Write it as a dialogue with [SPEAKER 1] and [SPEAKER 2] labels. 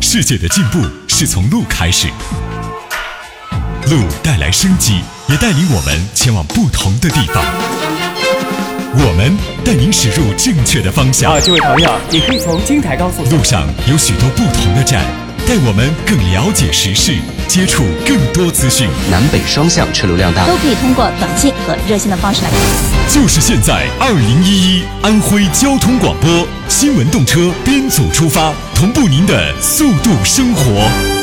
[SPEAKER 1] 世界的进步是从路开始，路带来生机，也带领我们前往不同的地方。我们带您驶入正确的方向
[SPEAKER 2] 啊，。这位朋友，你可以从京台高速
[SPEAKER 1] 路上有许多不同的站，带我们更了解时事，接触更多资讯。
[SPEAKER 3] 南北双向车流量大
[SPEAKER 4] 都。可以通过短信和热线的方式来。
[SPEAKER 1] 就是现在，二零一一安徽交通广播新闻动车编组出发，同步您的速度生活。